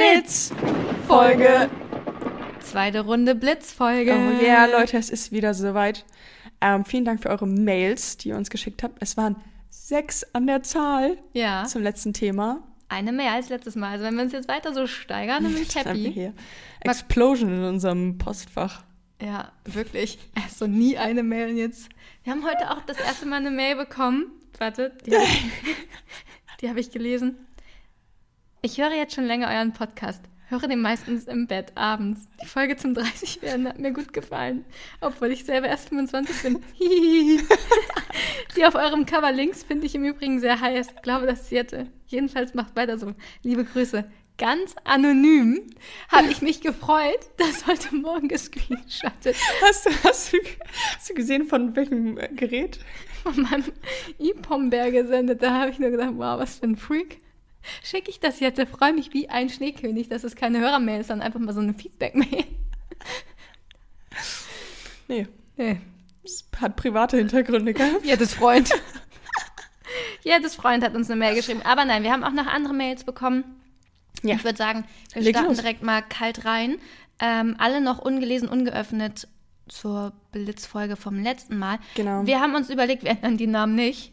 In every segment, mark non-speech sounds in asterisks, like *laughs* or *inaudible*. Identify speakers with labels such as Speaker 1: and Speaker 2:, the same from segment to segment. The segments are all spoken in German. Speaker 1: Blitz! Folge! Zweite Runde Blitzfolge.
Speaker 2: Oh ja, Leute, es ist wieder soweit. Ähm, vielen Dank für eure Mails, die ihr uns geschickt habt. Es waren sechs an der Zahl
Speaker 1: Ja,
Speaker 2: zum letzten Thema.
Speaker 1: eine mehr als letztes Mal. Also wenn wir uns jetzt weiter so steigern, dann bin ich
Speaker 2: Dann haben wir
Speaker 1: happy.
Speaker 2: hier. Explosion in unserem Postfach.
Speaker 1: Ja, wirklich. Erst so nie eine Mail und jetzt. Wir haben heute auch das erste Mal eine Mail bekommen. Warte, die habe
Speaker 2: *laughs*
Speaker 1: ich, die habe ich gelesen. Ich höre jetzt schon länger euren Podcast. Höre den meistens im Bett abends. Die Folge zum 30 werden hat mir gut gefallen. Obwohl ich selber erst 25 bin. *laughs* Hihihi. die auf eurem Cover links finde ich im Übrigen sehr heiß. Glaube, das ist Jette. Jedenfalls macht weiter so. Liebe Grüße. Ganz anonym habe ich mich gefreut, dass heute Morgen gescreenshottet
Speaker 2: Hast du, hast, du, hast du gesehen, von welchem äh, Gerät?
Speaker 1: von meinem Ipombeer gesendet. Da habe ich nur gedacht, wow, was für ein Freak. Schicke ich das jetzt? Freue mich wie ein Schneekönig, dass es keine Hörermail ist, sondern einfach mal so eine Feedback-Mail.
Speaker 2: Nee,
Speaker 1: Nee.
Speaker 2: es hat private Hintergründe gehabt.
Speaker 1: Jedes *laughs* Freund. Jedes Freund hat uns eine Mail geschrieben. Aber nein, wir haben auch noch andere Mails bekommen.
Speaker 2: *laughs* Ja.
Speaker 1: Ich würde sagen, wir
Speaker 2: Leg
Speaker 1: starten
Speaker 2: los.
Speaker 1: direkt mal kalt rein. Ähm, alle noch ungelesen, ungeöffnet zur Blitzfolge vom letzten Mal.
Speaker 2: Genau.
Speaker 1: Wir haben uns überlegt, wir ändern die
Speaker 2: *laughs*
Speaker 1: Namen nicht.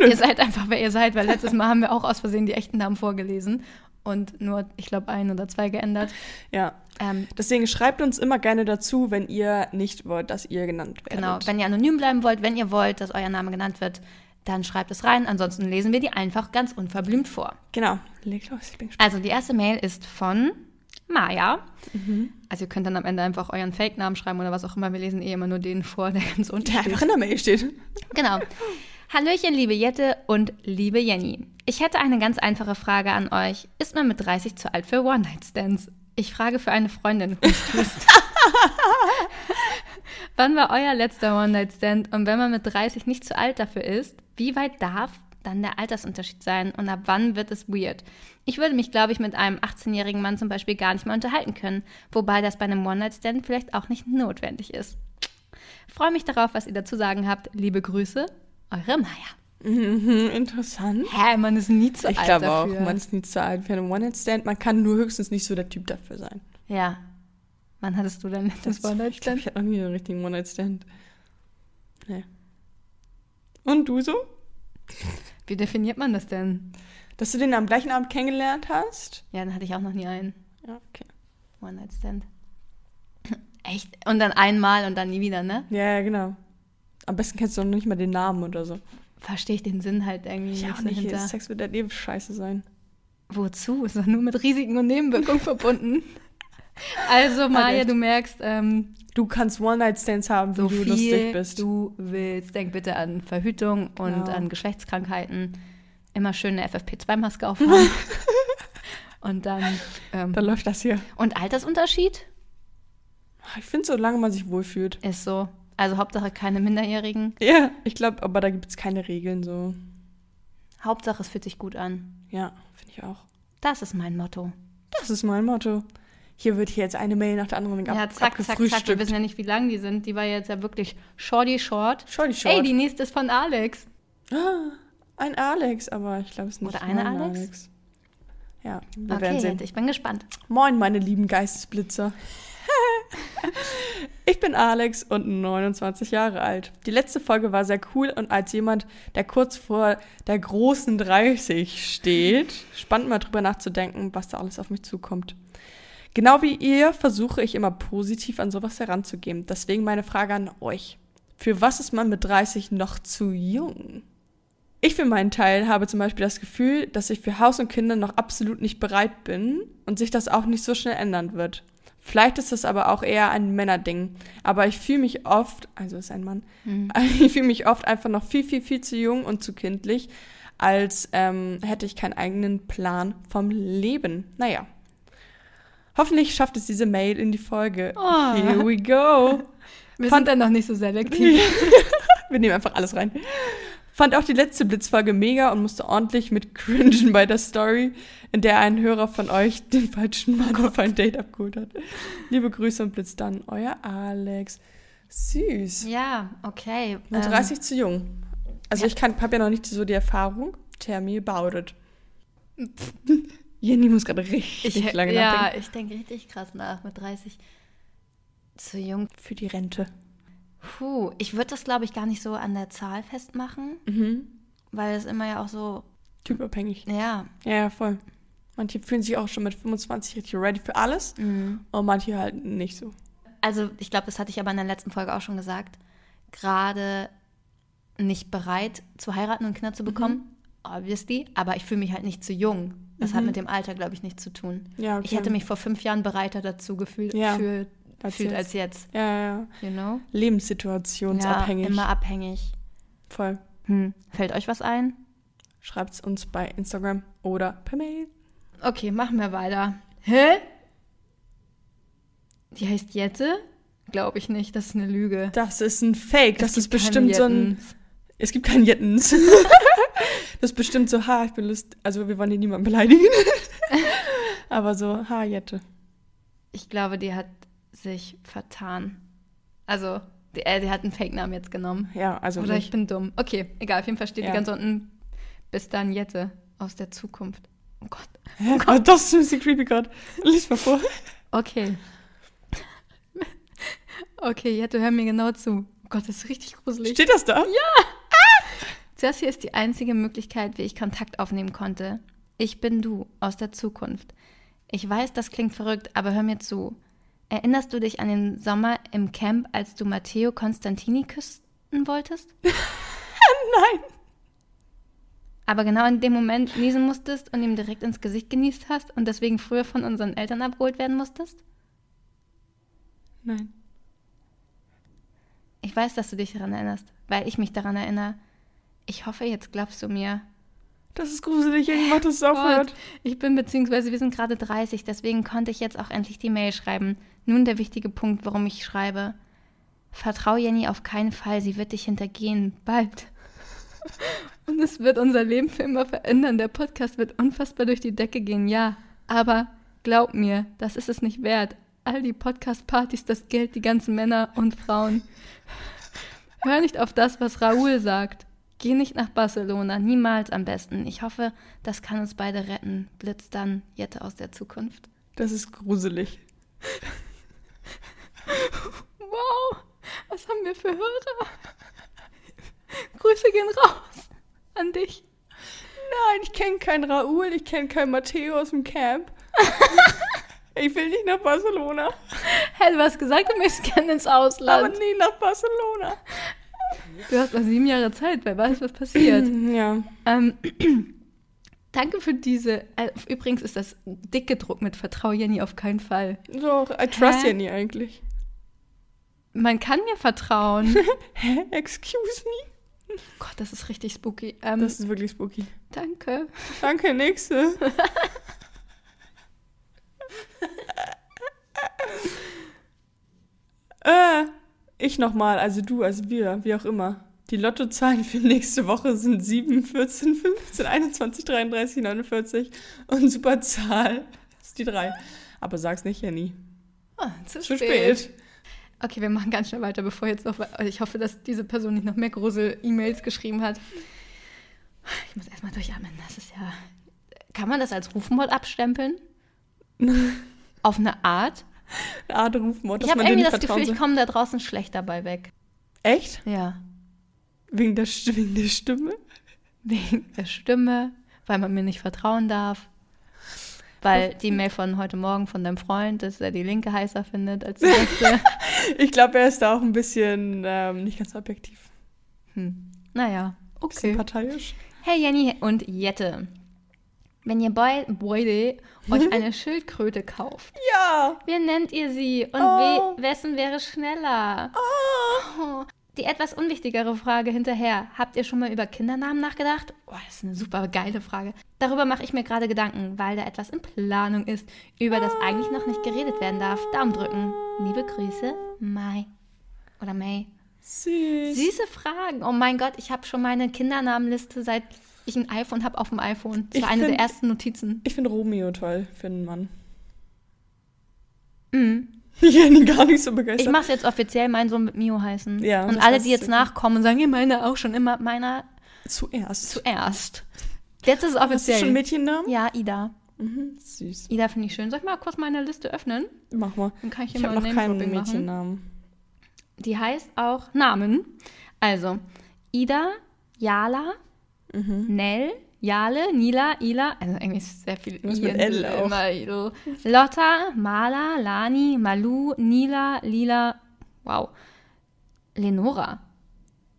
Speaker 1: ihr seid einfach, wer ihr seid, weil letztes Mal haben wir auch aus Versehen die echten Namen vorgelesen und nur, ich glaube, ein oder zwei geändert.
Speaker 2: Ja.
Speaker 1: Ähm,
Speaker 2: Deswegen schreibt uns immer gerne dazu, wenn ihr nicht wollt, dass ihr genannt werdet.
Speaker 1: genau, wenn ihr anonym bleiben wollt, wenn ihr wollt, dass euer Name genannt wird, dann schreibt es rein. Ansonsten lesen wir die einfach ganz unverblümt vor.
Speaker 2: Genau. Leg los, ich bin gespannt.
Speaker 1: Also die erste Mail ist von Maya. Also ihr könnt dann am Ende einfach euren Fake-Namen schreiben oder was auch immer. Wir lesen eh immer nur den vor, der ganz unten
Speaker 2: Der einfach in der Mail steht.
Speaker 1: Genau. Hallöchen, liebe Jette und liebe Jenny. Ich hätte eine ganz einfache Frage an euch. Ist man mit 30 zu alt für One-Night-Stands? Ich frage für eine Freundin. Hust, hust. Wann war euer letzter One-Night-Stand? Und wenn man mit 30 nicht zu alt dafür ist, wie weit darf dann der Altersunterschied sein und ab wann wird es weird? Ich würde mich, glaube ich, mit einem 18-jährigen Mann zum Beispiel gar nicht mehr unterhalten können, wobei das bei einem One-Night-Stand vielleicht auch nicht notwendig ist. Freue mich darauf, was ihr dazu sagen habt. Liebe Grüße, eure Maya.
Speaker 2: Mhm, interessant.
Speaker 1: Hä, man ist nie zu
Speaker 2: Ich
Speaker 1: alt
Speaker 2: glaube auch,
Speaker 1: dafür.
Speaker 2: man ist nie zu alt für einen One-Night-Stand. Man kann nur höchstens nicht so der Typ dafür sein.
Speaker 1: ja. Wann hattest du dein letztes
Speaker 2: ich glaube,
Speaker 1: One-Night-Stand?
Speaker 2: ich hatte noch nie einen richtigen One-Night-Stand. Nee. Und du so?
Speaker 1: Wie definiert man das denn?
Speaker 2: Dass du den am gleichen Abend kennengelernt hast?
Speaker 1: Ja, dann hatte ich auch noch nie einen
Speaker 2: Ja, okay.
Speaker 1: One-Night-Stand. *laughs* Echt? Und dann einmal und dann nie wieder, ne?
Speaker 2: Ja, ja, genau. Am besten kennst du noch nicht mal den Namen oder so.
Speaker 1: Verstehe ich den Sinn halt irgendwie
Speaker 2: Ich
Speaker 1: nicht
Speaker 2: auch
Speaker 1: so
Speaker 2: nicht.
Speaker 1: hinter.
Speaker 2: Sex wird dein Leben scheiße sein.
Speaker 1: Wozu? Ist doch nur mit Risiken und Nebenwirkungen *laughs* verbunden. Also, Maya,
Speaker 2: echt.
Speaker 1: du merkst, ähm,
Speaker 2: Du kannst One-Night-Stands haben, wie
Speaker 1: so
Speaker 2: du
Speaker 1: viel
Speaker 2: lustig bist.
Speaker 1: du willst. Denk bitte an Verhütung und
Speaker 2: Genau.
Speaker 1: an Geschlechtskrankheiten. Immer schön eine
Speaker 2: *laughs*
Speaker 1: FFP2-Maske aufhaben. und dann. Ähm,
Speaker 2: Dann läuft das hier.
Speaker 1: und Altersunterschied
Speaker 2: Ah, Ich finde, solange man sich wohlfühlt.
Speaker 1: ist so. Also Hauptsache keine Minderjährigen.
Speaker 2: Ja, ich glaube, aber da gibt es keine Regeln so.
Speaker 1: Hauptsache es fühlt sich gut an.
Speaker 2: Ja, finde ich auch.
Speaker 1: Das ist mein Motto.
Speaker 2: Das ist mein Motto. Hier wird hier jetzt eine Mail nach der anderen ab,
Speaker 1: ja, zack, zack, zack. Wir wissen ja nicht, wie lang die sind. Die war jetzt ja wirklich shorty short.
Speaker 2: Shorty
Speaker 1: Ey,
Speaker 2: Short.
Speaker 1: die nächste ist von Alex.
Speaker 2: Ah, ein Alex, aber ich glaube, es ist nicht
Speaker 1: Oder eine
Speaker 2: mein
Speaker 1: Alex?
Speaker 2: Ja, wir
Speaker 1: Okay,
Speaker 2: werden sehen.
Speaker 1: ich bin gespannt.
Speaker 2: Moin, meine lieben Geistesblitzer. *laughs* ich bin Alex und 29 Jahre alt. Die letzte Folge war sehr cool und als jemand, der kurz vor der großen 30 steht, spannend mal drüber nachzudenken, was da alles auf mich zukommt. Genau wie ihr versuche ich immer positiv an sowas heranzugehen. Deswegen meine Frage an euch. Für was ist man mit 30 noch zu jung? Ich für meinen Teil habe zum Beispiel das Gefühl, dass ich für Haus und Kinder noch absolut nicht bereit bin und sich das auch nicht so schnell ändern wird. Vielleicht ist das aber auch eher ein Männerding. Aber ich fühle mich oft, also ist ein Mann, *laughs* ich fühle mich oft einfach noch viel, viel, viel zu jung und zu kindlich, als ähm, hätte ich keinen eigenen Plan vom Leben. Naja. Hoffentlich schafft es diese Mail in die Folge.
Speaker 1: Oh.
Speaker 2: Here we go.
Speaker 1: Wir
Speaker 2: Fand-
Speaker 1: sind dann noch nicht so selektiv.
Speaker 2: *laughs* Wir nehmen einfach alles rein. Fand auch die letzte Blitzfolge mega und musste ordentlich mit cringen bei der Story, in der ein Hörer von euch den falschen Mann
Speaker 1: Oh
Speaker 2: auf ein Date abgeholt hat. Liebe Grüße und Blitz dann, euer Alex. Süß.
Speaker 1: Ja, okay.
Speaker 2: Mit
Speaker 1: ähm,
Speaker 2: 30 zu jung.
Speaker 1: *laughs*
Speaker 2: Also ich kann, habe ja noch nicht so die Erfahrung. Tell me about it. Jenny muss gerade richtig
Speaker 1: Ich,
Speaker 2: lange
Speaker 1: ja,
Speaker 2: nachdenken.
Speaker 1: ich denke richtig krass nach mit 30. Zu jung.
Speaker 2: Für die Rente.
Speaker 1: Puh, ich würde das, glaube ich, gar nicht so an der Zahl festmachen,
Speaker 2: Mhm.
Speaker 1: weil es immer ja auch so,
Speaker 2: Typabhängig.
Speaker 1: ja.
Speaker 2: Ja, ja, voll. Manche fühlen sich auch schon mit 25 richtig ready für alles
Speaker 1: Mhm.
Speaker 2: und manche halt nicht so.
Speaker 1: Also ich glaube, das hatte ich aber in der letzten Folge auch schon gesagt. Gerade nicht bereit zu heiraten und
Speaker 2: Mhm.
Speaker 1: Kinder zu bekommen, obviously, aber ich fühle mich halt nicht zu jung. Das hat mit dem Alter, glaube ich, nichts zu tun.
Speaker 2: Ja, Mhm. okay.
Speaker 1: Ich hätte mich vor fünf Jahren bereiter dazu gefühlt
Speaker 2: Ja,
Speaker 1: für,
Speaker 2: als
Speaker 1: fühlt
Speaker 2: jetzt.
Speaker 1: als jetzt,
Speaker 2: Ja, ja, ja.
Speaker 1: you know?
Speaker 2: Lebenssituationsabhängig.
Speaker 1: Ja, immer abhängig.
Speaker 2: Voll.
Speaker 1: Hm. Fällt euch was ein?
Speaker 2: Schreibt's uns bei Instagram oder per Mail.
Speaker 1: Okay, machen wir weiter. Hä? Die heißt Jette? Glaube ich nicht, das ist eine Lüge.
Speaker 2: Das ist ein Fake.
Speaker 1: Es
Speaker 2: Das ist
Speaker 1: gibt keine
Speaker 2: bestimmt so ein.
Speaker 1: Jettens.
Speaker 2: Es gibt keinen Jettens. *laughs* das ist bestimmt so, ha, ich bin lust. Also, wir wollen hier niemanden beleidigen. *laughs* Aber so, ha, Jette.
Speaker 1: Ich glaube, die hat sich vertan. Also, die, äh, die hat einen Fake-Namen jetzt genommen.
Speaker 2: Ja, also.
Speaker 1: Oder ich
Speaker 2: nicht.
Speaker 1: bin dumm. Okay, egal, auf jeden Fall steht
Speaker 2: Ja.
Speaker 1: die ganz unten. Bis dann, Jette aus der Zukunft. Oh Gott.
Speaker 2: Hä? Oh, das ist ein bisschen creepy gerade. Lies mal vor. *laughs*
Speaker 1: Okay. Okay, Jette, hör mir genau zu. Oh Gott, das ist richtig gruselig.
Speaker 2: Steht das da? Ja.
Speaker 1: Das hier ist die einzige Möglichkeit, wie ich Kontakt aufnehmen konnte. Ich bin du aus der Zukunft. Ich weiß, das klingt verrückt, aber hör mir zu. Erinnerst du dich an den Sommer im Camp, als du Matteo Constantini küssen wolltest?
Speaker 2: Nein.
Speaker 1: Aber genau in dem Moment niesen musstest und ihm direkt ins Gesicht genießt hast und deswegen früher von unseren Eltern abgeholt werden musstest?
Speaker 2: Nein.
Speaker 1: Ich weiß, dass du dich daran erinnerst, weil ich mich daran erinnere. Ich hoffe, jetzt glaubst du mir.
Speaker 2: Das ist gruselig. Jenny macht das
Speaker 1: Gott,
Speaker 2: aufhört.
Speaker 1: ich bin beziehungsweise wir sind gerade 30, deswegen konnte ich jetzt auch endlich die Mail schreiben. Nun der wichtige Punkt, warum ich schreibe. Vertrau Jenny auf keinen Fall, sie wird dich hintergehen, bald. *laughs* Und es wird unser Leben für immer verändern. Der Podcast wird unfassbar durch die Decke gehen, ja. Aber glaub mir, das ist es nicht wert. All die Podcast-Partys, das Geld, die ganzen Männer und Frauen. Hör nicht auf das, was Raoul sagt. Geh nicht nach Barcelona, niemals am besten. Ich hoffe, das kann uns beide retten. Blitz dann, Jette aus der Zukunft.
Speaker 2: Das ist gruselig.
Speaker 1: Wow, was haben wir für Hörer? Grüße gehen raus an dich.
Speaker 2: Nein, ich kenne keinen Raoul, ich kenne keinen Matteo aus dem *laughs* Camp. ich will nicht nach Barcelona.
Speaker 1: Hey, du hast gesagt, du möchtest gerne ins
Speaker 2: Aber
Speaker 1: Ausland.
Speaker 2: nie nach Barcelona.
Speaker 1: Du hast noch sieben Jahre Zeit, wer weiß, was *clears throat* passiert.
Speaker 2: Ja.
Speaker 1: ähm, danke für diese. äh, Übrigens ist das dick gedruckt mit Vertrau Jenny auf keinen Fall.
Speaker 2: Doch, I trust
Speaker 1: Hä?
Speaker 2: ja nie eigentlich.
Speaker 1: Man kann mir *laughs* vertrauen.
Speaker 2: Hä? Excuse me?
Speaker 1: Gott, das ist richtig spooky. Ähm,
Speaker 2: Das ist wirklich spooky.
Speaker 1: danke.
Speaker 2: Danke, nächste. *laughs* äh, ich nochmal, also du, also wir, wie auch immer. Die Lottozahlen für nächste Woche sind 7, 14, 15, 21, 33, 49 und Superzahl ist die 3. Aber sag's nicht, Jenny.
Speaker 1: Ah, zu,
Speaker 2: Zu
Speaker 1: spät.
Speaker 2: spät.
Speaker 1: Okay, wir machen ganz schnell weiter, bevor jetzt noch. Ich hoffe, dass diese Person nicht noch mehr große E-Mails geschrieben hat. Ich muss erstmal durchatmen. Das ist ja. Kann man das als Rufmord *laughs* abstempeln? Auf eine Art?
Speaker 2: Ade Rufmord,
Speaker 1: Ich
Speaker 2: dass
Speaker 1: habe
Speaker 2: man dir
Speaker 1: irgendwie
Speaker 2: nicht
Speaker 1: das
Speaker 2: vertrauen
Speaker 1: Gefühl,
Speaker 2: soll.
Speaker 1: ich komme da draußen schlecht dabei weg.
Speaker 2: Echt?
Speaker 1: Ja.
Speaker 2: Wegen der, St- wegen der Stimme?
Speaker 1: Wegen der Stimme, weil man mir nicht vertrauen darf. Weil die Mail von heute Morgen von deinem Freund, dass er die Linke heißer findet als die *laughs* Rechte.
Speaker 2: Ich glaube, er ist da auch ein bisschen ähm, nicht ganz objektiv.
Speaker 1: Hm. Naja,
Speaker 2: Bisschen
Speaker 1: okay.
Speaker 2: parteiisch.
Speaker 1: Hey Jenny und Jette. Wenn ihr Boy Boyle euch eine Schildkröte kauft,
Speaker 2: Ja!
Speaker 1: wie nennt ihr sie? Und
Speaker 2: Oh.
Speaker 1: we wessen wäre schneller?
Speaker 2: Oh.
Speaker 1: Oh. Die etwas unwichtigere Frage hinterher. Habt ihr schon mal über Kindernamen nachgedacht? Oh, das ist eine super geile Frage. Darüber mache ich mir gerade Gedanken, weil da etwas in Planung ist, über das eigentlich noch nicht geredet werden darf. Daumen drücken. Liebe Grüße, Mai. Oder May.
Speaker 2: Süß.
Speaker 1: Süße Fragen. Oh mein Gott, ich habe schon meine Kindernamenliste seit ich ein iPhone habe auf dem iPhone. Das
Speaker 2: Ich
Speaker 1: war eine der
Speaker 2: find-
Speaker 1: ersten Notizen.
Speaker 2: Ich finde Romeo toll für einen Mann. *laughs*
Speaker 1: Mhm.
Speaker 2: Jenny gar nicht so
Speaker 1: Ich
Speaker 2: begeistert.
Speaker 1: mache es jetzt offiziell, mein Sohn wird Mio heißen.
Speaker 2: Ja,
Speaker 1: Und
Speaker 2: das
Speaker 1: alle,
Speaker 2: ist
Speaker 1: die jetzt
Speaker 2: okay.
Speaker 1: nachkommen und sagen, ja, meiner auch schon immer, meiner
Speaker 2: Zuerst.
Speaker 1: zuerst. Jetzt ist es
Speaker 2: Hast du
Speaker 1: offiziell.
Speaker 2: schon einen Mädchennamen?
Speaker 1: ja, Ida.
Speaker 2: Mhm, süß.
Speaker 1: Ida finde ich schön. Soll ich mal kurz meine Liste öffnen?
Speaker 2: Mach mal.
Speaker 1: Dann kann ich hier
Speaker 2: Ich
Speaker 1: mal
Speaker 2: habe noch ne?
Speaker 1: Name
Speaker 2: keinen
Speaker 1: Dropping machen.
Speaker 2: Mädchennamen.
Speaker 1: Die heißt auch Namen. Also Ida, Jala,
Speaker 2: Mhm.
Speaker 1: Nell, Jale, Nila, Ila, also irgendwie ist sehr viel
Speaker 2: Was
Speaker 1: I
Speaker 2: mit
Speaker 1: und
Speaker 2: L auch?
Speaker 1: immer so. Lotta, Mala, Lani, Malu, Nila, Lila, wow, Lenora.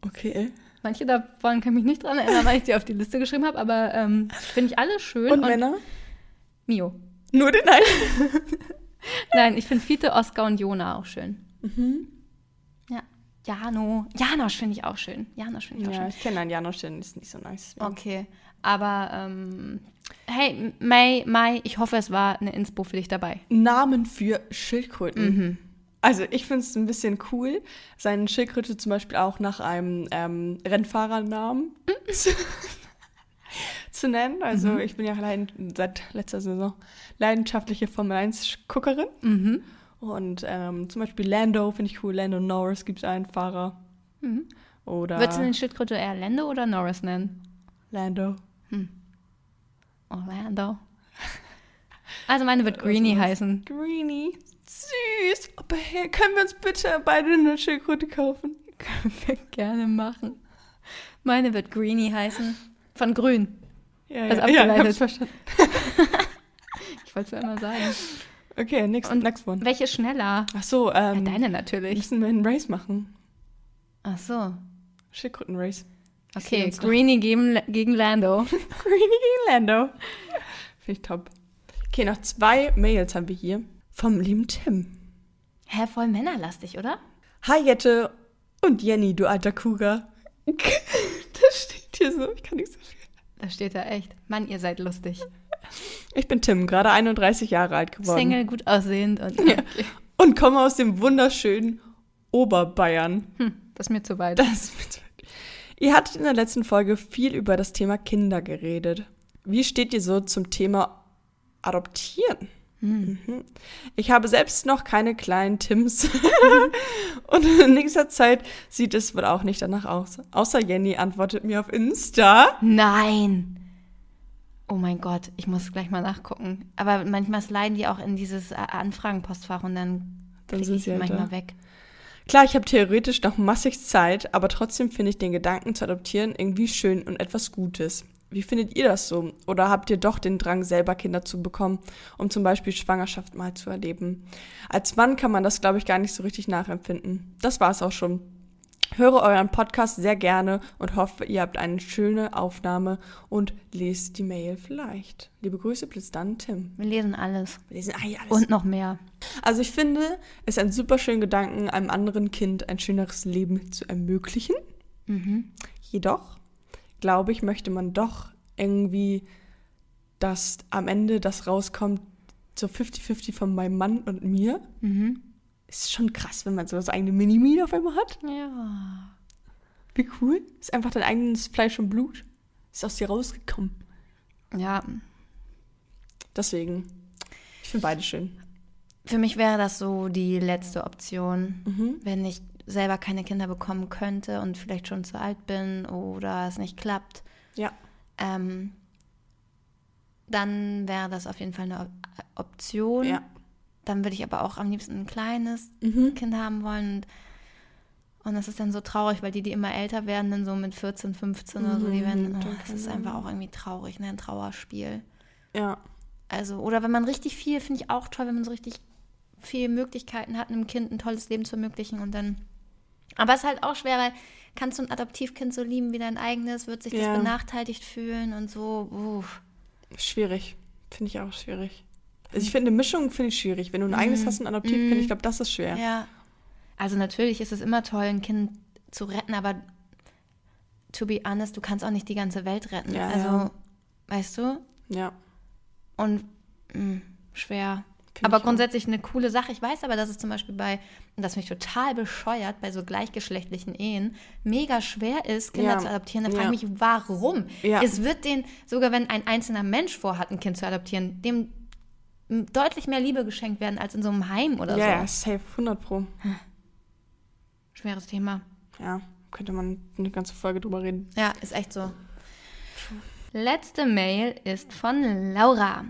Speaker 2: Okay.
Speaker 1: Manche davon kann ich mich nicht dran erinnern, weil ich die auf die Liste geschrieben habe, aber ähm, finde ich alle schön.
Speaker 2: Und, Männer?
Speaker 1: Mio.
Speaker 2: Nur den einen.
Speaker 1: Nein, ich finde Fiete, Oskar und Jona auch schön.
Speaker 2: Mhm.
Speaker 1: Ja. Jano. Janosch finde ich auch schön. Janosch finde ich auch schön.
Speaker 2: Ja, ich kenne einen Janosch, den ist nicht so nice.
Speaker 1: Okay, aber ähm, hey, May, Mai, ich hoffe, es war eine Inspo für dich dabei.
Speaker 2: Namen für Schildkröten.
Speaker 1: Mhm.
Speaker 2: Also ich finde es ein bisschen cool, seinen Schildkröte zum Beispiel auch nach einem ähm, Rennfahrernamen *laughs* zu, zu nennen. Also
Speaker 1: Mhm.
Speaker 2: ich bin ja leiden, seit letzter Saison leidenschaftliche Formel-1-Guckerin.
Speaker 1: Mhm.
Speaker 2: Und ähm, zum Beispiel Lando finde ich cool. Lando Norris gibt es einen Fahrer.
Speaker 1: Mhm.
Speaker 2: Oder
Speaker 1: Würdest du den Schildkröte eher Lando oder Norris nennen?
Speaker 2: Lando.
Speaker 1: *laughs* Orlando. Also meine wird Greenie heißen.
Speaker 2: Greenie. Süß. Aber hey, können wir uns bitte beide eine Schildkröte kaufen?
Speaker 1: Können wir gerne machen. Meine wird Greenie heißen. Von grün.
Speaker 2: Ja,
Speaker 1: Also
Speaker 2: ja,
Speaker 1: abgeleitet.
Speaker 2: hab's verstanden.
Speaker 1: Ich wollte es nur immer sagen.
Speaker 2: Okay, next,
Speaker 1: Und-
Speaker 2: next one.
Speaker 1: Welche schneller?
Speaker 2: Ach so,
Speaker 1: Ja,
Speaker 2: ähm,
Speaker 1: deine natürlich.
Speaker 2: müssen wir einen Race machen.
Speaker 1: Ach so. *laughs*
Speaker 2: Schildkröten-Race. sehe
Speaker 1: Okay,
Speaker 2: uns doch.
Speaker 1: Greenie gegen, gegen Lando.
Speaker 2: Greenie gegen Lando. Finde ich top. Okay, noch zwei Mails haben wir hier. Vom lieben Tim.
Speaker 1: Hä, voll männerlastig, *laughs* oder?
Speaker 2: Hi Jette und Jenny, du alter Kuga. Das steht hier so, ich kann nichts dafür.
Speaker 1: Da steht da echt. Mann, ihr seid lustig.
Speaker 2: Ich bin Tim, gerade 31 Jahre alt geworden.
Speaker 1: Single, gut aussehend und
Speaker 2: Und komme aus dem wunderschönen Oberbayern.
Speaker 1: hm, das ist mir zu weit.
Speaker 2: Das *laughs* mit- ihr hattet in der letzten Folge viel über das Thema Kinder geredet. Wie steht ihr so zum Thema Adoptieren? Mhm. Ich habe selbst noch keine kleinen Tims *laughs* und in nächster Zeit sieht es wohl auch nicht danach aus. Außer Jenny antwortet mir auf Insta.
Speaker 1: Nein! Oh mein Gott, ich muss gleich mal nachgucken. Aber manchmal sliden die auch in dieses äh, Anfragenpostfach und dann
Speaker 2: Dann
Speaker 1: kriege
Speaker 2: sind
Speaker 1: ich
Speaker 2: sie
Speaker 1: sie
Speaker 2: halt
Speaker 1: manchmal
Speaker 2: da.
Speaker 1: weg.
Speaker 2: Klar, ich habe theoretisch noch massig Zeit, aber trotzdem finde ich den Gedanken zu adoptieren irgendwie schön und etwas Gutes. Wie findet ihr das so? Oder habt ihr doch den Drang, selber Kinder zu bekommen, um zum Beispiel Schwangerschaft mal zu erleben? Als Mann kann man das, glaube ich, gar nicht so richtig nachempfinden. Das war es auch schon. Höre euren Podcast sehr gerne und hoffe, ihr habt eine schöne Aufnahme und lest die Mail vielleicht. Liebe Grüße, bis dann, Tim.
Speaker 1: Wir lesen alles.
Speaker 2: Wir lesen eigentlich alles.
Speaker 1: Und noch mehr.
Speaker 2: Also ich finde, es ist ein super schöner Gedanken, einem anderen Kind ein schöneres Leben zu ermöglichen.
Speaker 1: Mhm.
Speaker 2: Jedoch, glaube ich, möchte man doch irgendwie, dass am Ende das rauskommt, so 50-50 von meinem Mann und mir.
Speaker 1: Mhm.
Speaker 2: Ist schon krass, wenn man so das eigene Mini-Me auf einmal hat.
Speaker 1: Ja.
Speaker 2: Wie cool. Ist einfach dein eigenes Fleisch und Blut. Ist aus dir rausgekommen.
Speaker 1: Ja.
Speaker 2: Deswegen, ich finde beide schön.
Speaker 1: Für mich wäre das so die letzte Option.
Speaker 2: Mhm.
Speaker 1: Wenn ich selber keine Kinder bekommen könnte und vielleicht schon zu alt bin oder es nicht klappt,
Speaker 2: Ja.
Speaker 1: ähm, dann wäre das auf jeden Fall eine Op- Option.
Speaker 2: Ja.
Speaker 1: Dann würde ich aber auch am liebsten ein kleines
Speaker 2: Mhm.
Speaker 1: Kind haben wollen. Und, und das ist dann so traurig, weil die, die immer älter werden, dann so mit 14, 15 oder so, die
Speaker 2: Mhm,
Speaker 1: werden, oh,
Speaker 2: dann
Speaker 1: das ist
Speaker 2: keine
Speaker 1: einfach auch irgendwie traurig, ne? ein Trauerspiel.
Speaker 2: Ja.
Speaker 1: Also, oder wenn man richtig viel, finde ich auch toll, wenn man so richtig viele Möglichkeiten hat, einem Kind ein tolles Leben zu ermöglichen und dann. Aber es ist halt auch schwer, weil kannst du ein Adoptivkind so lieben wie dein eigenes, wird sich
Speaker 2: Ja.
Speaker 1: das benachteiligt fühlen und so. Uff.
Speaker 2: Schwierig. Finde ich auch schwierig. Also ich finde, eine Mischung finde ich schwierig. Wenn du ein eigenes hast und ein
Speaker 1: Mhm.
Speaker 2: Adoptivkind, ich glaube, das ist schwer.
Speaker 1: Ja. Also natürlich ist es immer toll, ein Kind zu retten, aber to be honest, du kannst auch nicht die ganze Welt retten.
Speaker 2: Ja,
Speaker 1: also,
Speaker 2: ja.
Speaker 1: weißt du?
Speaker 2: Ja.
Speaker 1: Und mh, schwer.
Speaker 2: Finde
Speaker 1: aber
Speaker 2: ich auch.
Speaker 1: grundsätzlich eine coole Sache. Ich weiß aber, dass es zum Beispiel bei, und das mich total bescheuert, bei so gleichgeschlechtlichen Ehen mega schwer ist, Kinder
Speaker 2: Ja.
Speaker 1: zu adoptieren. Da frage ich
Speaker 2: Ja.
Speaker 1: mich, warum?
Speaker 2: Ja.
Speaker 1: Es wird den, sogar wenn ein einzelner Mensch vorhat, ein Kind zu adoptieren, dem deutlich mehr Liebe geschenkt werden als in so einem Heim oder
Speaker 2: Ja, ja,
Speaker 1: so.
Speaker 2: safe, 100 pro.
Speaker 1: Schweres Thema.
Speaker 2: Ja, könnte man eine ganze Folge drüber reden.
Speaker 1: Ja, ist echt so. Letzte Mail ist von Laura.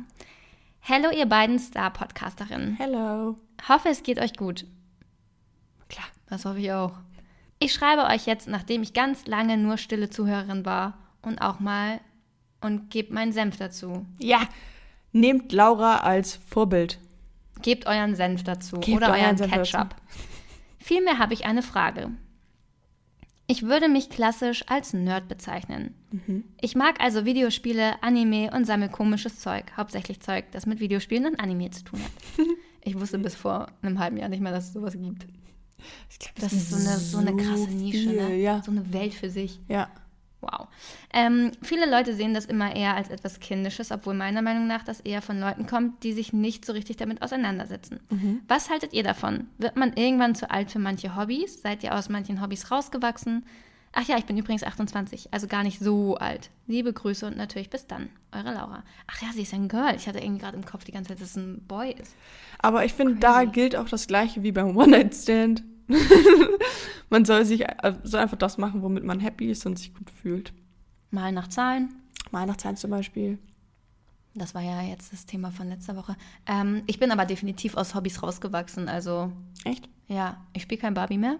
Speaker 1: Hello, ihr beiden Star-Podcasterinnen.
Speaker 2: Hello.
Speaker 1: Hoffe, es geht euch gut.
Speaker 2: Klar.
Speaker 1: Das hoffe ich auch. Ich schreibe euch jetzt, nachdem ich ganz lange nur stille Zuhörerin war und auch mal und gebt meinen Senf dazu.
Speaker 2: Ja. Nehmt Laura als Vorbild.
Speaker 1: Gebt euren Senf dazu
Speaker 2: Gebt
Speaker 1: oder
Speaker 2: euren
Speaker 1: euren
Speaker 2: Senf
Speaker 1: Ketchup. Vielmehr habe ich eine Frage. Ich würde mich klassisch als Nerd bezeichnen.
Speaker 2: Mhm.
Speaker 1: Ich mag also Videospiele, Anime und sammle komisches Zeug. Hauptsächlich Zeug, das mit Videospielen und Anime zu tun hat.
Speaker 2: *laughs*
Speaker 1: Ich wusste bis vor einem halben Jahr nicht mehr, dass es sowas gibt.
Speaker 2: Ich glaub,
Speaker 1: Das ist so eine, so eine krasse Nische, ne?
Speaker 2: viel, Ja.
Speaker 1: So eine Welt für sich.
Speaker 2: ja.
Speaker 1: Wow. Ähm, viele Leute sehen das immer eher als etwas Kindisches, obwohl meiner Meinung nach das eher von Leuten kommt, die sich nicht so richtig damit auseinandersetzen. Was haltet ihr davon? Wird man irgendwann zu alt für manche Hobbys? Seid ihr aus manchen Hobbys rausgewachsen? Ach ja, ich bin übrigens 28, also gar nicht so alt. Liebe Grüße und natürlich bis dann, eure Laura. Ach ja, sie ist ein Girl. Ich hatte irgendwie gerade im Kopf die ganze Zeit, dass es ein Boy ist.
Speaker 2: Aber ich finde, da
Speaker 1: Crazy.
Speaker 2: gilt auch das Gleiche wie beim One-Night-Stand. *laughs* man soll sich äh, soll einfach das machen, womit man happy ist und sich gut fühlt.
Speaker 1: Mal nach Zahlen.
Speaker 2: Weihnachtszeit zum Beispiel.
Speaker 1: Das war ja jetzt das Thema von letzter Woche. Ähm, ich bin aber definitiv aus Hobbys rausgewachsen. Also
Speaker 2: Echt?
Speaker 1: ja, ich spiele kein Barbie mehr.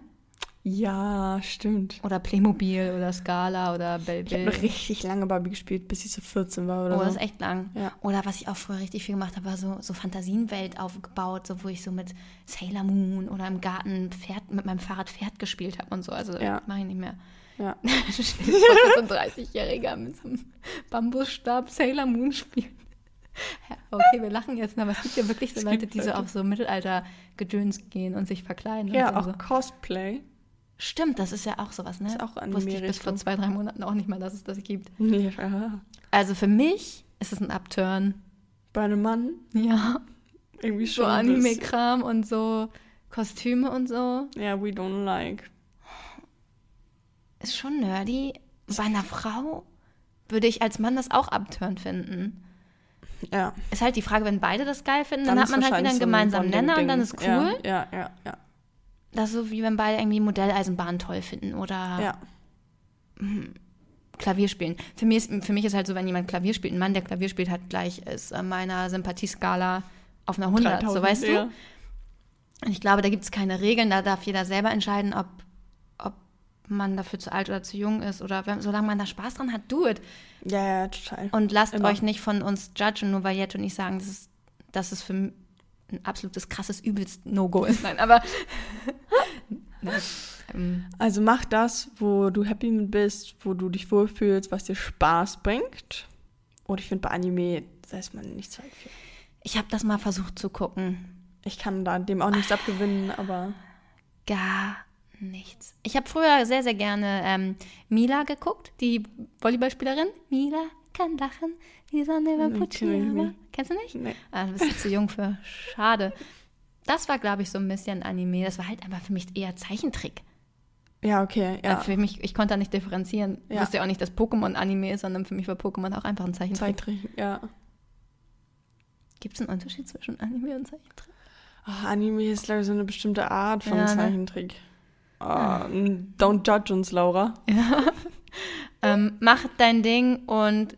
Speaker 2: Ja, stimmt.
Speaker 1: Oder Playmobil oder Scala oder Bell
Speaker 2: Ich habe
Speaker 1: Bill.
Speaker 2: noch richtig lange Barbie gespielt, bis ich so 14 war
Speaker 1: Äh. Oh,
Speaker 2: oder
Speaker 1: das
Speaker 2: so.
Speaker 1: ist echt lang.
Speaker 2: Ja.
Speaker 1: Oder was ich auch früher richtig viel gemacht habe, war so, so Fantasienwelt aufgebaut, so wo ich so mit Sailor Moon oder im Garten Pferd, mit meinem Fahrrad Pferd gespielt habe und so. Also
Speaker 2: Ja.
Speaker 1: mache ich
Speaker 2: *laughs*
Speaker 1: nicht mehr. *laughs*
Speaker 2: Ja.
Speaker 1: Stell dir vor, so ein 30-Jähriger mit so einem Bambusstab Sailor Moon spielen. Ja, okay, wir lachen jetzt, aber es gibt ja wirklich so
Speaker 2: Es
Speaker 1: Leute,
Speaker 2: gibt
Speaker 1: die so
Speaker 2: Leute.
Speaker 1: auf so Mittelalter-Gedöns gehen und sich verkleiden.
Speaker 2: Ja,
Speaker 1: und so.
Speaker 2: auch Cosplay.
Speaker 1: Stimmt, das ist ja auch sowas, ne?
Speaker 2: Ist auch Anime
Speaker 1: Wusste ich bis vor
Speaker 2: Richtung.
Speaker 1: zwei, drei Monaten auch nicht mal, dass es das gibt.
Speaker 2: Ja.
Speaker 1: Also für mich ist es ein Upturn.
Speaker 2: Bei einem Mann
Speaker 1: Ja,
Speaker 2: irgendwie schon.
Speaker 1: so
Speaker 2: ein bisschen.
Speaker 1: Anime-Kram und so Kostüme und so.
Speaker 2: Ja, we don't like.
Speaker 1: Ist schon nerdy. Bei einer Frau würde ich als Mann das auch Upturn finden.
Speaker 2: Ja.
Speaker 1: Ist halt die Frage, wenn beide das geil finden, dann,
Speaker 2: ist
Speaker 1: hat man halt wieder
Speaker 2: wahrscheinlich
Speaker 1: einen
Speaker 2: so ein
Speaker 1: gemeinsamen Nenner und
Speaker 2: Bonding-Ding.
Speaker 1: dann ist cool.
Speaker 2: Ja, ja, ja. ja.
Speaker 1: Das ist so wie wenn beide irgendwie Modelleisenbahn toll finden oder
Speaker 2: ja.
Speaker 1: Klavier spielen. Für mich, ist, für mich ist halt so, wenn jemand Klavier spielt, ein Mann, der Klavier spielt, hat gleich ist an meiner Sympathieskala auf einer 100, so
Speaker 2: 3000,
Speaker 1: weißt du?
Speaker 2: ja.
Speaker 1: Und ich glaube, da gibt es keine Regeln, da darf jeder selber entscheiden, ob, ob man dafür zu alt oder zu jung ist oder wenn, solange man da Spaß dran hat, do it.
Speaker 2: Ja, ja, total.
Speaker 1: Und lasst
Speaker 2: Immer.
Speaker 1: euch nicht von uns judgen, nur weil Jett und ich sagen, das ist, das ist für m- ein absolutes krasses übelst No-Go ist. Nein, aber *laughs* Nein. Ähm,
Speaker 2: Also mach das, wo du happy mit bist, wo du dich wohlfühlst, was dir Spaß bringt. Und ich finde bei Anime, da ist man nicht so viel.
Speaker 1: ich habe das mal versucht zu gucken.
Speaker 2: Ich kann da dem auch nichts
Speaker 1: Ah.
Speaker 2: abgewinnen, aber
Speaker 1: Gar nichts. Ich habe früher sehr, sehr gerne ähm, Mila geguckt, die Volleyballspielerin. Mila kann lachen, die Sonne über
Speaker 2: Nee, kenn ich
Speaker 1: Pucci.
Speaker 2: nicht.
Speaker 1: Kennst du nicht?
Speaker 2: nee.
Speaker 1: Ah, du bist du zu jung für. Schade. Das war, glaube ich, so ein bisschen Anime. Das war halt einfach für mich eher Zeichentrick.
Speaker 2: Ja, okay,
Speaker 1: Ja.
Speaker 2: ja.
Speaker 1: Für mich, ich konnte da nicht differenzieren. Ich
Speaker 2: Ja.
Speaker 1: wusste ja auch nicht, dass Pokémon Anime ist, sondern für mich war Pokémon auch einfach ein Zeichentrick.
Speaker 2: Zeichentrick, ja.
Speaker 1: Gibt es einen Unterschied zwischen Anime und Zeichentrick?
Speaker 2: Ah, Anime ist, glaube ich, so eine bestimmte Art von
Speaker 1: Ja, ne?
Speaker 2: Zeichentrick. Ah, n- Don't judge uns, Laura.
Speaker 1: Ähm, mach dein Ding und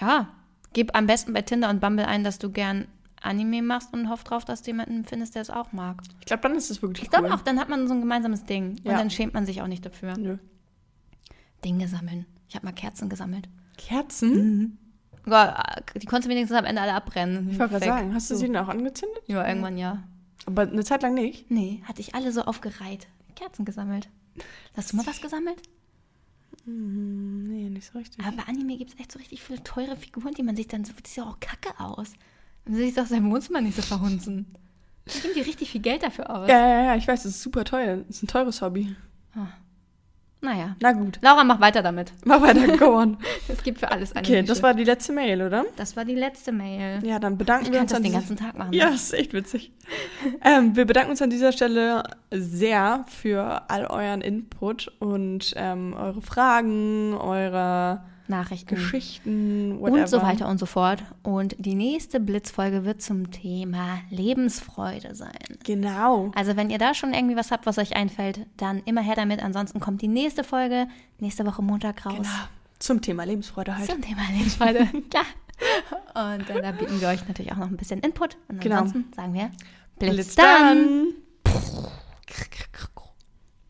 Speaker 1: ja, gib am besten bei Tinder und Bumble ein, dass du gern Anime machst und hoff drauf, dass du jemanden findest, der es auch mag.
Speaker 2: Ich glaube, dann ist es wirklich
Speaker 1: Ich
Speaker 2: cool.
Speaker 1: glaube auch, dann hat man so ein gemeinsames Ding. Und
Speaker 2: Ja. Mhm.
Speaker 1: dann schämt man sich auch nicht dafür.
Speaker 2: Nö.
Speaker 1: Dinge sammeln. Ich habe mal Kerzen gesammelt.
Speaker 2: Kerzen?
Speaker 1: Ja, die konntest du wenigstens am Ende alle abbrennen.
Speaker 2: Ich wollte gerade
Speaker 1: Weg.
Speaker 2: sagen, hast du
Speaker 1: So.
Speaker 2: sie denn auch angezündet?
Speaker 1: Ja, irgendwann ja.
Speaker 2: Aber eine Zeit lang nicht.
Speaker 1: Nee, hatte ich alle so aufgereiht. Kerzen gesammelt. Hast du mal was gesammelt?
Speaker 2: Hm, nee, nicht so richtig.
Speaker 1: Aber bei Anime gibt es echt so richtig viele teure Figuren, die man sich dann so, die sehen auch kacke aus. Man sieht doch sein Wohnzimmer nicht so verhunzen. Da geben die richtig viel Geld dafür aus.
Speaker 2: Ja, ja, ja, ich weiß, es ist super teuer. Es ist ein teures Hobby.
Speaker 1: Ah. Naja.
Speaker 2: Na gut,
Speaker 1: Laura, mach weiter damit.
Speaker 2: mach weiter, go *laughs* on.
Speaker 1: Es gibt für alles eine
Speaker 2: Okay,
Speaker 1: Nische.
Speaker 2: das war die letzte Mail, oder?
Speaker 1: das war die letzte Mail.
Speaker 2: Ja, dann bedanken
Speaker 1: Ich
Speaker 2: wir
Speaker 1: kann
Speaker 2: uns
Speaker 1: das
Speaker 2: an
Speaker 1: den
Speaker 2: dieser-
Speaker 1: ganzen Tag machen.
Speaker 2: Ja, ist echt witzig. *laughs* ähm, wir bedanken uns an dieser Stelle sehr für all euren Input und ähm, eure Fragen, eure Mhm.
Speaker 1: Nachrichten.
Speaker 2: Geschichten, whatever.
Speaker 1: Und so weiter und so fort. Und die nächste Blitzfolge wird zum Thema Lebensfreude sein.
Speaker 2: Genau.
Speaker 1: Also wenn ihr da schon irgendwie was habt, was euch einfällt, dann immer her damit. Ansonsten kommt die nächste Folge nächste Woche Montag raus
Speaker 2: Genau. Zum Thema Lebensfreude halt.
Speaker 1: zum Thema Lebensfreude. *laughs* Klar. Und äh, da bieten wir euch natürlich auch noch ein bisschen Input. Und
Speaker 2: Genau.
Speaker 1: ansonsten sagen wir Blitz,
Speaker 2: Blitz
Speaker 1: dann.
Speaker 2: Genau. dann.